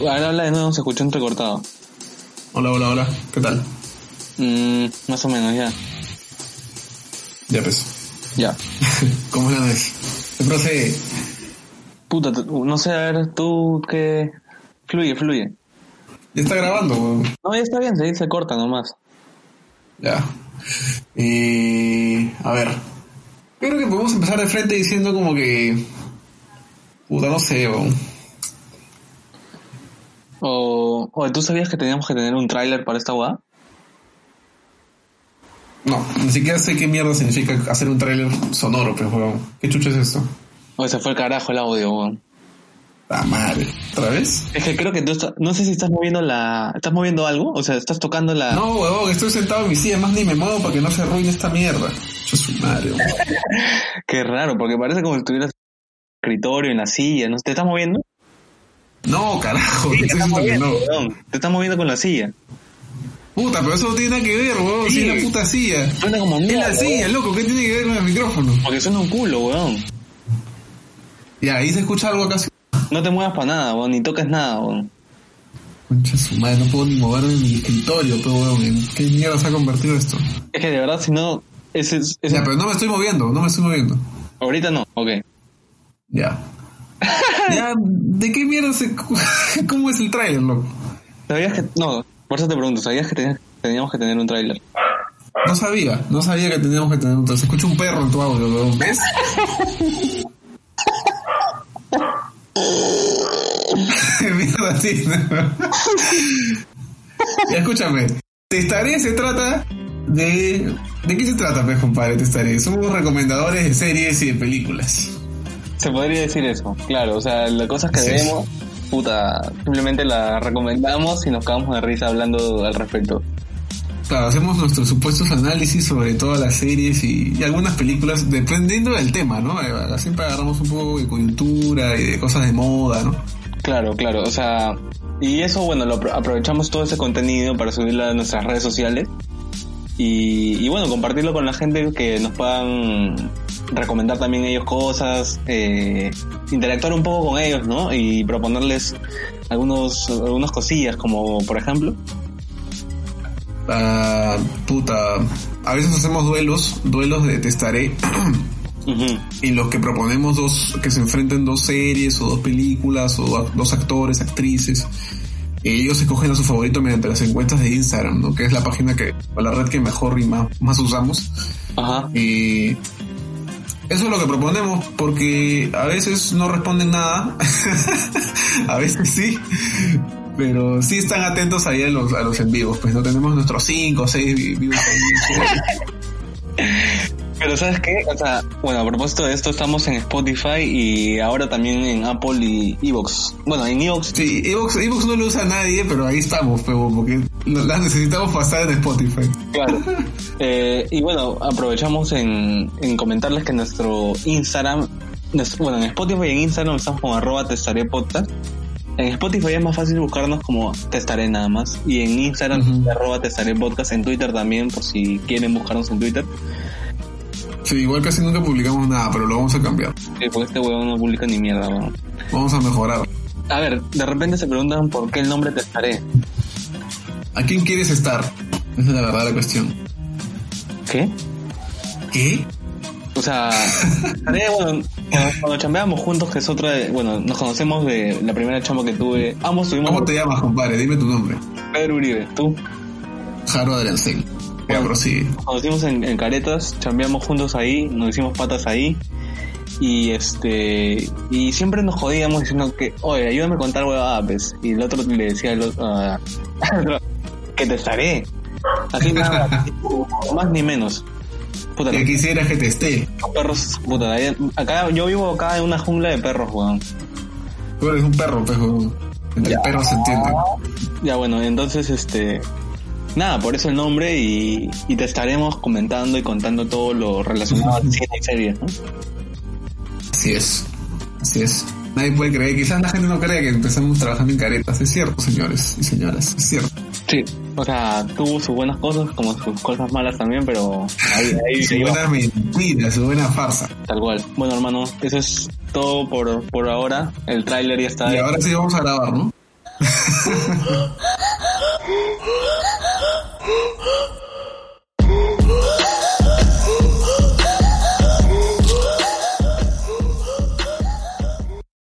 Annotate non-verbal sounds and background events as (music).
Ahora habla de nuevo, se escuchó entrecortado. Hola, hola, hola. ¿Qué tal? Mm, más o menos, ya. Ya pues. Ya. ¿Cómo es la vez? El profe, Puta, t- uh, no sé, a ver, tú que... Fluye, fluye. ya está grabando, weón. No, ya está bien, se, se corta nomás. Ya. Eh, a ver. Yo creo que podemos empezar de frente diciendo como que... Puta, no sé, weón. O, oye, ¿tú sabías que teníamos que tener un tráiler para esta weá? No, ni siquiera sé qué mierda significa hacer un tráiler sonoro, pero weón. ¿Qué chucho es esto? O se fue el carajo el audio, weón. La madre. ¿Otra vez? Es que creo que tú estás... No sé si estás moviendo la... ¿Estás moviendo algo? O sea, ¿estás tocando la...? No, weón, estoy sentado en mi silla, más ni me muevo para que no se arruine esta mierda. Yo soy Mario. Qué raro, porque parece como si estuvieras en el escritorio, en la silla, ¿no? ¿Te estás moviendo? No, carajo, te estoy diciendo que no. Weón, Te estás moviendo con la silla. Puta, pero eso no tiene nada que ver, weón, si es la puta silla. Suena como Es mierda, la silla, weón, loco, ¿qué tiene que ver con el micrófono? Porque suena un culo, weón. Y ahí se escucha algo acá. sí. No te muevas para nada, weón, ni toques nada, weón. Concha su madre, no puedo ni moverme en mi escritorio, pero weón, ¿en qué mierda se ha convertido esto? Es que de verdad, si no... Ese, es- ese- Ya, pero no me estoy moviendo, no me estoy moviendo. Ahorita no, ok. Ya. ya, ¿de qué mierda se... (laughs) ¿Cómo es el trailer, loco? ¿Sabías que...? No, por eso te pregunto, ¿sabías que tenías- teníamos que tener un tráiler? No sabía, no sabía que teníamos que tener un trailer. Se escucha un perro en tu audio, weón, ¿ves? (laughs) Qué mierda tiene. Ya, escúchame. Testaré se trata de. ¿De qué se trata, pues, compadre? Testaré. Somos recomendadores de series y de películas. Se podría decir eso, claro. O sea, las cosas que Sí. vemos, puta, simplemente las recomendamos y nos cagamos de risa hablando al respecto. Claro, hacemos nuestros supuestos análisis sobre todas las series y, y algunas películas, dependiendo del tema, ¿no? Eh, Siempre agarramos un poco de coyuntura y de cosas de moda, ¿no? Claro, claro. O sea, y eso, bueno, lo apro- aprovechamos todo ese contenido para subirlo a nuestras redes sociales. Y, y bueno, compartirlo con la gente que nos puedan recomendar también ellos cosas, eh, interactuar un poco con ellos, ¿no? Y proponerles algunos, algunas cosillas, como por ejemplo, Ah, puta. A veces hacemos duelos, duelos de testaré, ujú, en los que proponemos dos, que se enfrenten dos series o dos películas o do- dos actores, actrices. Ellos escogen a su favorito mediante las encuestas de Instagram, ¿no? Que es la página que, o la red que mejor y más, más usamos. ajá, Y eso es lo que proponemos, porque a veces no responden nada, (laughs) a veces sí, pero sí están atentos ahí a los, a los en vivos, pues no tenemos nuestros 5 o 6 vivos ahí. (laughs) Pero ¿sabes qué? O sea, bueno, a propósito de esto, estamos en Spotify y ahora también en Apple y Evox. Bueno, en Evox, Sí, Evox, Evox no lo usa nadie, pero ahí estamos, pero porque lo- las necesitamos pasar en Spotify. claro. Eh, y bueno, aprovechamos en, en comentarles que nuestro Instagram, nos- bueno, en Spotify y en Instagram estamos como arroba testaré podcast. En Spotify es más fácil buscarnos como testaré nada más. Y en Instagram Ujú. arroba testaré podcast, en Twitter también, por si quieren buscarnos en Twitter. Sí, igual casi nunca publicamos nada, pero lo vamos a cambiar. Eh, porque este huevón no publica ni mierda, weón. Vamos a mejorar. A ver, de repente se preguntan por qué el nombre testaré. ¿A quién quieres estar? Esa es la verdad la cuestión. ¿Qué? ¿Qué? O sea, tarea, bueno, cuando- cuando chambeábamos juntos, que es otra, de- bueno, nos conocemos de la primera chamba que tuve. Ambos tuvimos ¿Cómo te llamas, compadre? Dime tu nombre. Pedro Uribe, tú. Jaro Adriancel. Ya prosigue. Nos conocimos en, en Caretas, chambeamos juntos ahí, nos hicimos patas ahí. Y este, y siempre nos jodíamos diciendo que, oye, ayúdame a contar huevadas. pues". Y el otro le decía al otro, ah, (laughs) al otro, que te estaré. Así nada, (laughs) más ni menos. Puta, Ya quisieras que te esté. los perros, puta, ahí- acá, yo vivo acá en una jungla de perros, weón. Tú eres un perro, pues, pejo. Entre perros se entienden. Ya bueno, entonces este nada, por eso el nombre y, y te estaremos comentando y contando todo lo relacionado a cine y series, ¿no? Así es. Así es. Nadie puede creer, quizás la gente no cree que empezamos trabajando en caretas. Es cierto, señores y señoras. Es cierto. Sí. O sea, tuvo sus buenas cosas como sus cosas malas también, pero ahí, ahí Su se iba, buena mentira, su buena farsa. tal cual. Bueno hermano, eso es todo por, por ahora. El tráiler ya está Y ahora sí vamos a grabar, ¿no?